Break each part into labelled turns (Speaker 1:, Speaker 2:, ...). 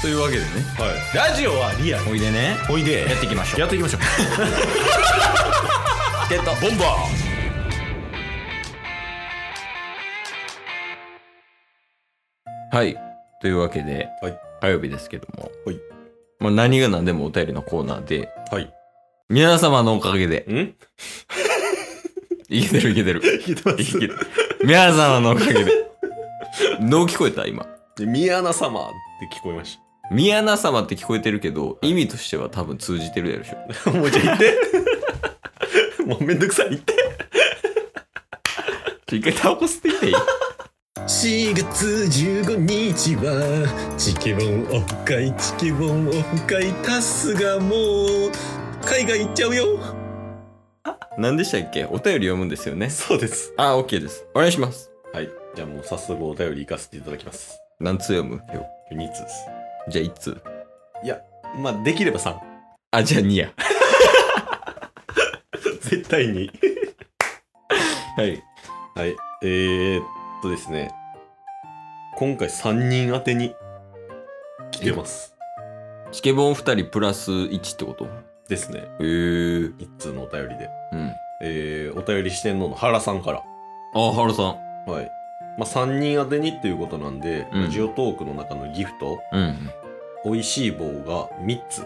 Speaker 1: というわけでね
Speaker 2: はい、ラジオはリアル
Speaker 1: おいでね
Speaker 2: おいで
Speaker 1: やっていきましょう
Speaker 2: やっていきましょう
Speaker 1: ってた
Speaker 2: ボンバ
Speaker 1: はいというわけで、
Speaker 2: はい
Speaker 1: 火曜日ですけども、
Speaker 2: はい
Speaker 1: まあ、何が何でもお便りのコーナーで
Speaker 2: ーはい
Speaker 1: 皆様のおかげで
Speaker 2: ん
Speaker 1: いけてるいけてる
Speaker 2: 聞いてま
Speaker 1: いけてる皆様のおかげで どう聞こえた今
Speaker 2: 宮名様って聞こえまし
Speaker 1: 宮名様って聞こえてるけど意味としては多分通じてるやろでしょ
Speaker 2: たもうじゃあ言って もうめんどくさい言って
Speaker 1: 一回タバコ吸ってきていい
Speaker 3: 4月15日はチケボンオフ会チケボンオフ会タスがもう海外行っちゃうよ
Speaker 1: 何でしたっけお便り読むんですよね
Speaker 2: そうです
Speaker 1: あオッケーですお願いします
Speaker 2: はいじゃあもう早速お便り行かせていただきます
Speaker 1: 何通読むよ
Speaker 2: 2通です
Speaker 1: じゃあ1通
Speaker 2: いやまあできれば3
Speaker 1: あじゃあ2や
Speaker 2: 絶対に
Speaker 1: はい
Speaker 2: はいえー、っとですね今回3人宛てに来てます
Speaker 1: チケボン2人プラス1ってことへ
Speaker 2: ですね
Speaker 1: えー、
Speaker 2: 1通のお便りで
Speaker 1: うん
Speaker 2: えー、お便りしてんのの原さんから
Speaker 1: あ原さん
Speaker 2: はい。まあ、3人宛てにっていうことなんで、
Speaker 1: うん
Speaker 2: ラジオトークの中のギフト、
Speaker 1: うん
Speaker 2: 美味しい棒が3つ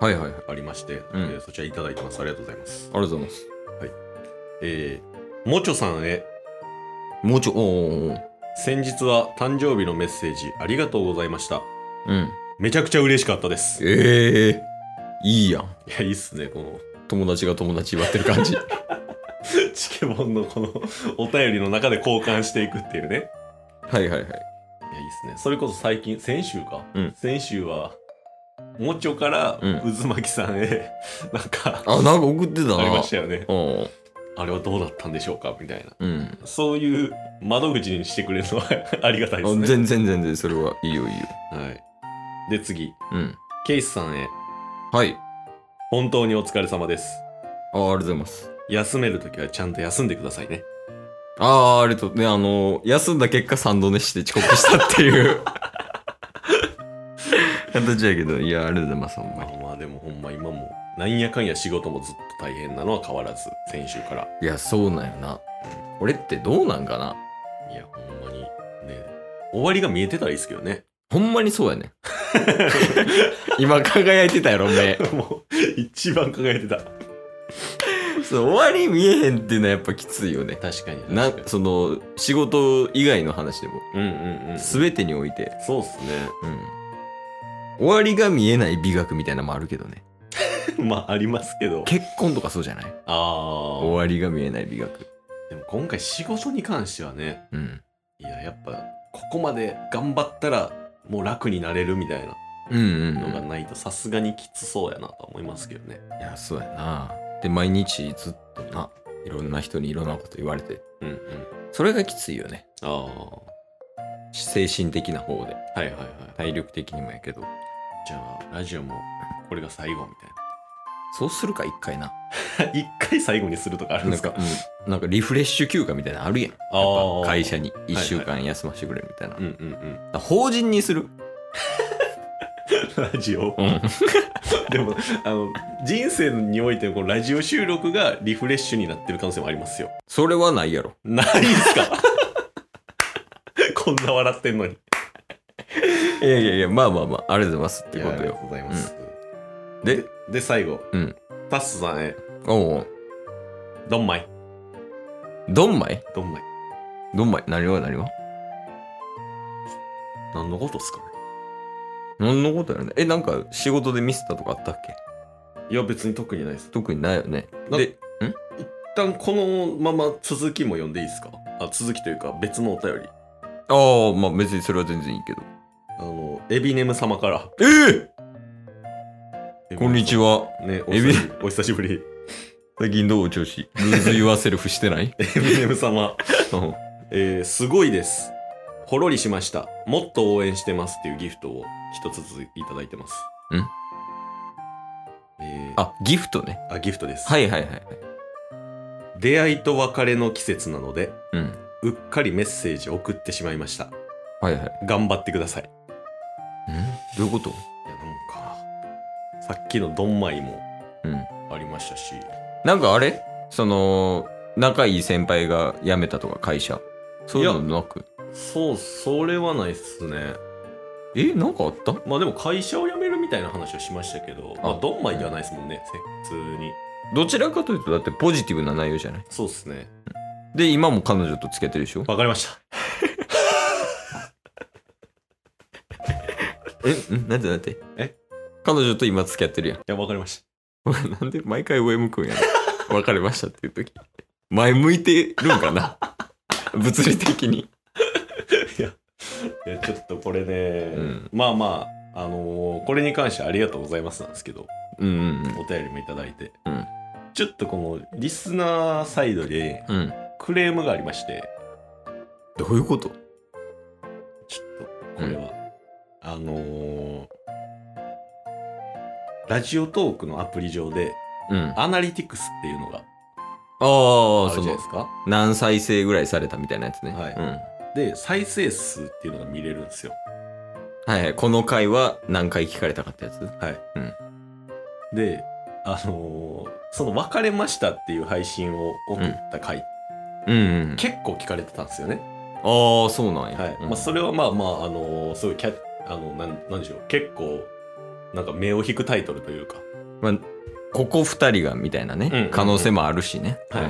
Speaker 1: はいはいはいありが
Speaker 2: ありまして、
Speaker 1: うん
Speaker 2: えーそちらいただいてます。ありがとうございます。
Speaker 1: とうございます
Speaker 2: えー、もちょさんへ、
Speaker 1: もうちょおーおーおー
Speaker 2: 先日は誕生日のメッセージありがとうございました。
Speaker 1: うん
Speaker 2: めちゃくちゃ嬉しかったです。い
Speaker 1: ええー、いいやん
Speaker 2: や、いいっすね、この、
Speaker 1: 友達が友達祝ってる感 じ
Speaker 2: チケボンのこの、お便りの中で交換していくっていうね。
Speaker 1: はいはいはい
Speaker 2: いや、いいっすね。それこそ最近、先週か。
Speaker 1: うん
Speaker 2: 先週は、もちょから、
Speaker 1: う
Speaker 2: 渦巻さんへ、 なんか、
Speaker 1: あなんか送ってたな
Speaker 2: ありましたよね。
Speaker 1: うん
Speaker 2: あれはどうだったんでしょうかみたいな。
Speaker 1: うん
Speaker 2: そういう窓口にしてくれるのは ありがたい
Speaker 1: あ
Speaker 2: ですね。
Speaker 1: 全然全然それはいいよいいよ
Speaker 2: はい。で、次。
Speaker 1: うん
Speaker 2: ケイスさんへ。
Speaker 1: はい
Speaker 2: 本当にお疲れ様です。
Speaker 1: あありがとうございます
Speaker 2: 休めるときはちゃんと休んでくださいね。
Speaker 1: ああありがとうねあの休んだ結果三度寝して遅刻したっていう 形やけどいやありがとうございますほんま
Speaker 2: ま
Speaker 1: に
Speaker 2: あまあでもほんま今も、なんやかんや仕事もずっと大変なのは変わらず、先週から。
Speaker 1: いやそうなんよな俺ってどうなんかない
Speaker 2: や、ほんまにね、終わりが見えてたらいいですけどね。
Speaker 1: ほんまにそうやね 今輝いてたやろ目
Speaker 2: もう、一番輝いてた。
Speaker 1: そう終わり見えへんっていうのはやっぱきついよね
Speaker 2: 確かに。
Speaker 1: な
Speaker 2: 確かに
Speaker 1: その仕事以外の話でも
Speaker 2: うんうんうん。
Speaker 1: 全てにおいて
Speaker 2: そうっすね。
Speaker 1: うん終わりが見えない美学みたいなのもあるけどね
Speaker 2: まあありますけど。
Speaker 1: 結婚とかそうじゃない
Speaker 2: ああ。
Speaker 1: 終わりが見えない美学
Speaker 2: でも今回仕事に関してはね
Speaker 1: うん
Speaker 2: いややっぱここまで頑張ったらもう楽になれるみたいな
Speaker 1: うんうん、う
Speaker 2: のが
Speaker 1: ん、
Speaker 2: ないとさすがにきつそうやなとは思いますけどね
Speaker 1: いやそうやなで毎日ずっとないろんな人にいろんなこと言われて
Speaker 2: うんうん
Speaker 1: それがきついよね
Speaker 2: ああは
Speaker 1: 精神的な方で
Speaker 2: いはいはい
Speaker 1: 体力的にもやけど
Speaker 2: じゃあラジオもこれが最後みた
Speaker 1: そうするか一回ない
Speaker 2: な 一回最後にするとかあるん
Speaker 1: な
Speaker 2: で
Speaker 1: ん
Speaker 2: すか
Speaker 1: か、うん、なんかリフレッシュ休暇みたいなのあるやんやっ
Speaker 2: あー
Speaker 1: ぱ会社に1週間休ませてくれるみたいな、
Speaker 2: うんうんうん
Speaker 1: だから法人にする、
Speaker 2: ラジオでもあの人生においてこのラジオ収録がリフレッシュになってる可能性もありますよ
Speaker 1: それはないやろ
Speaker 2: ないんすか こんな笑ってんのに
Speaker 1: いやいやいやまあまあまあありがとうございますって
Speaker 2: い
Speaker 1: こ
Speaker 2: やあ
Speaker 1: と
Speaker 2: りがと
Speaker 1: よ
Speaker 2: うございます、
Speaker 1: で
Speaker 2: で最後、
Speaker 1: うん
Speaker 2: タッスさんへ
Speaker 1: おう
Speaker 2: ドンマイ
Speaker 1: どんまい
Speaker 2: ドンマイ
Speaker 1: どんまい何は何は
Speaker 2: 何のことっすかね
Speaker 1: 何のことやろねえなんか仕事でミスったとかあったっけ
Speaker 2: いや別に特にないです
Speaker 1: 特にないよね
Speaker 2: な
Speaker 1: で
Speaker 2: 一旦このまま続きも読んでいいですかあ続きというか別のお便り
Speaker 1: ああまあ別にそれは全然いいけど
Speaker 2: あのエビネム様から
Speaker 1: ええこんにち
Speaker 2: は
Speaker 1: は
Speaker 2: ねお
Speaker 1: エビ
Speaker 2: 久しぶりお久しぶ り
Speaker 1: 最近どう調子ルーズ・ユア・セルフして ない
Speaker 2: エビネム様
Speaker 1: うん
Speaker 2: えー、すごいですほろりしましたもっと応援してますっていうギフトを一つずついただいてます
Speaker 1: ん
Speaker 2: えー、
Speaker 1: あギフトね
Speaker 2: あギフトです、
Speaker 1: はいはいはいはい
Speaker 2: 出会いと別れの季節なので
Speaker 1: うん
Speaker 2: うっかりメッセージを送ってしまいました
Speaker 1: はいはい
Speaker 2: 頑張ってください
Speaker 1: んどういうこと
Speaker 2: いやなんかさっきのドンマイも
Speaker 1: うん。
Speaker 2: ありましたし
Speaker 1: なんかあれその、仲いい先輩が辞めたとか会社。そういうのなく。
Speaker 2: そうそれはないっすね
Speaker 1: え、なんかあった
Speaker 2: まあでも会社を辞めるみたいな話をしましたけどまあ
Speaker 1: あ
Speaker 2: ドンマイではないですもんねせ普通に
Speaker 1: どちらかというと、だってポジティブな内容じゃない
Speaker 2: そうっすね
Speaker 1: で、今も彼女とつけてるでしょ
Speaker 2: わかりました
Speaker 1: え、んなんてなんて
Speaker 2: え
Speaker 1: 彼女と今付き合ってるやん。
Speaker 2: いやわかりまし
Speaker 1: 俺なん で毎回上向くんやろ別れましたっていう時。前向いてるんかな 物理的に。
Speaker 2: たいやちょっとこれね、
Speaker 1: ん
Speaker 2: まあまああのーこれに関してありがとうございますなんですけど
Speaker 1: うんうん
Speaker 2: お便りもいただいて、
Speaker 1: うん
Speaker 2: ちょっとこのリスナーサイドで
Speaker 1: うん。うん。
Speaker 2: クレームがありまして
Speaker 1: どういうこと
Speaker 2: ちょっとこれは、あのーラジオトークのアプリ上で
Speaker 1: うん。あ
Speaker 2: アナリティクスっていうのがあ
Speaker 1: あ、
Speaker 2: るじ
Speaker 1: そ
Speaker 2: ゃない
Speaker 1: の
Speaker 2: で、すか
Speaker 1: 何再生ぐらいされたみたいなやつね。
Speaker 2: はい
Speaker 1: うん。
Speaker 2: で再生数っていうのが見れるんですよ
Speaker 1: はいはい、この回は何回聞かれたかってやつ
Speaker 2: はい、
Speaker 1: うん
Speaker 2: であのーその「別れました」っていう配信を送った回、
Speaker 1: うん、うん。
Speaker 2: 結構聞かれてたんですよね
Speaker 1: ああ、そうなんや。
Speaker 2: はい、
Speaker 1: うん
Speaker 2: まあ、それはまあまああのーすごいキャあのなんなんでしょう結構なんか目を引くタイトルというか
Speaker 1: まあここ二人がみたいなね、
Speaker 2: うんうんうん
Speaker 1: 可能性もあるしね。
Speaker 2: はいっ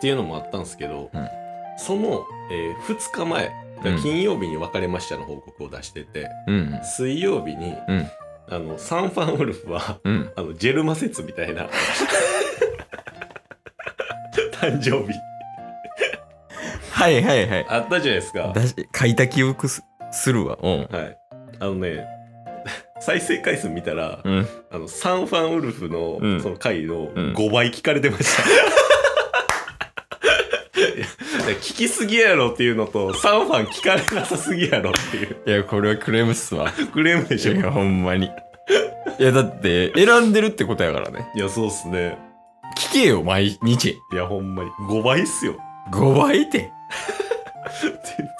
Speaker 2: ていうのもあったんですけど、
Speaker 1: うん
Speaker 2: その、え2日前
Speaker 1: うん
Speaker 2: 金曜日に別れましたの報告を出してて、
Speaker 1: うんうん。
Speaker 2: 水曜日に
Speaker 1: うん。
Speaker 2: あのサンファンウルフは
Speaker 1: うん。
Speaker 2: あのジェルマ説み たいな 誕生日
Speaker 1: はいはいはい。
Speaker 2: あったじゃないですか。は
Speaker 1: だし書いた記憶すするわ。うん。
Speaker 2: い、あのね 再生回数見たら、
Speaker 1: うん。
Speaker 2: あのサンファンウルフの,、
Speaker 1: うん
Speaker 2: その回の
Speaker 1: うん
Speaker 2: 5倍聞かれてました。 いや聞きすぎやろっていうのとサンファン聞かれなさすぎやろっていう
Speaker 1: いや、これはクレームっすわ。
Speaker 2: クレームでし ょ
Speaker 1: いや、ほんま に。いや、だって、選んでるってことやからね。
Speaker 2: いやそうっすね
Speaker 1: 聞けよ、毎日。
Speaker 2: いやほんまに5倍っすよ
Speaker 1: 5倍って。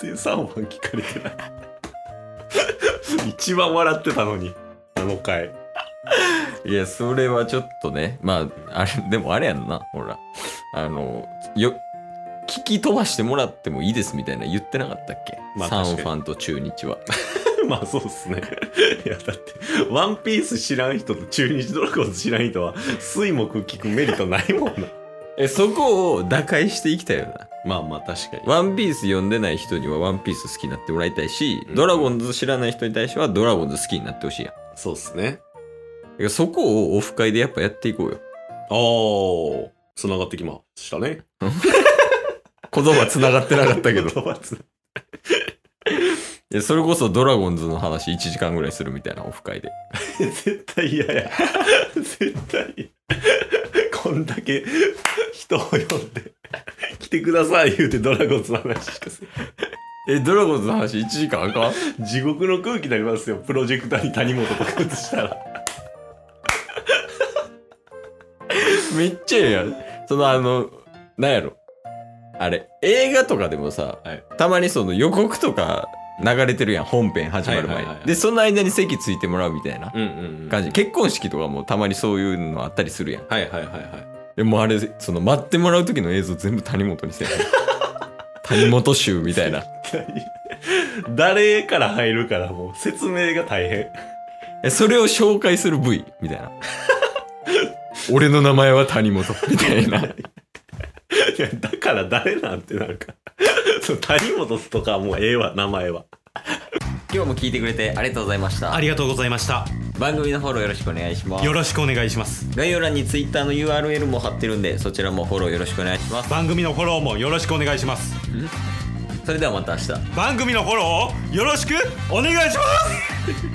Speaker 2: 全然サンファン聞かれてない 一番笑ってたのにあの回
Speaker 1: いや、それはちょっとね。まあ、あれ、でもあれやんな、ほら。あの、よ、聞き飛ばしてもらってもいいですみたいな言ってなかったっけ、
Speaker 2: まあ
Speaker 1: サン
Speaker 2: 確
Speaker 1: フ
Speaker 2: か
Speaker 1: ァンと中日は。
Speaker 2: まあそうっすね。いや、だって、ワンピース知らん人と中日ドラゴンズ知らん人は、水木聞くメリットないもんな。
Speaker 1: え、そこを打開していきたいよな。
Speaker 2: まあまあ確かに。
Speaker 1: ワンピース読んでない人にはワンピース好きになってもらいたいし、
Speaker 2: うん
Speaker 1: ドラゴンズ知らない人に対してはドラゴンズ好きになってほしいやん。
Speaker 2: そうっす
Speaker 1: だ
Speaker 2: ね。
Speaker 1: からそこをオフ会でやっぱやっていこうよ。
Speaker 2: おー、つながってきましたね。
Speaker 1: 言葉繋がってなかったけど。
Speaker 2: 言葉つ
Speaker 1: いやそれこそドラゴンズの話1時間ぐらいするみたいなオフ会で。
Speaker 2: 絶対嫌や。絶対嫌。こんだけ人を呼んで、来てください言うてドラゴンズの話しかせん
Speaker 1: え、ドラゴンズの話1時間あかん
Speaker 2: 地獄の空気になりますよ。プロジェクターに谷本とか映したら。
Speaker 1: めっちゃええやん。そのあの、なんやろ。あれ、映画とかでもさ、
Speaker 2: はい
Speaker 1: たまにその予告とか流れてるやん、本編始まる前に。
Speaker 2: はいはいはいはい
Speaker 1: で、その間に席ついてもらうみたいな
Speaker 2: うんうん、うん。
Speaker 1: 感じ。結婚式とかもたまにそういうのあったりするやん。
Speaker 2: はいはいはいはい。
Speaker 1: でもあれ、その待ってもらう時の映像全部谷本にせえへん谷本集みたいな。
Speaker 2: 誰から入るからもう説明が大変
Speaker 1: えそれを紹介する部位みたいな。俺の名前は谷本みたいな。
Speaker 2: いやだから誰なんてなんか そう谷本とかもうええわ名前は
Speaker 1: 今日も聞いてくれてありがとうございました
Speaker 4: あ。りがとうございました。
Speaker 1: 番組のフォローよろしくお願いします
Speaker 4: よ。ろしくお願いします。
Speaker 1: 概要欄に Twitter の URL も貼ってるんでそちらもフォローよろしくお願いします
Speaker 4: 番組のフォローもよろしくお願いします。
Speaker 1: それではまた明日
Speaker 4: 番組のフォローをよろしくお願いします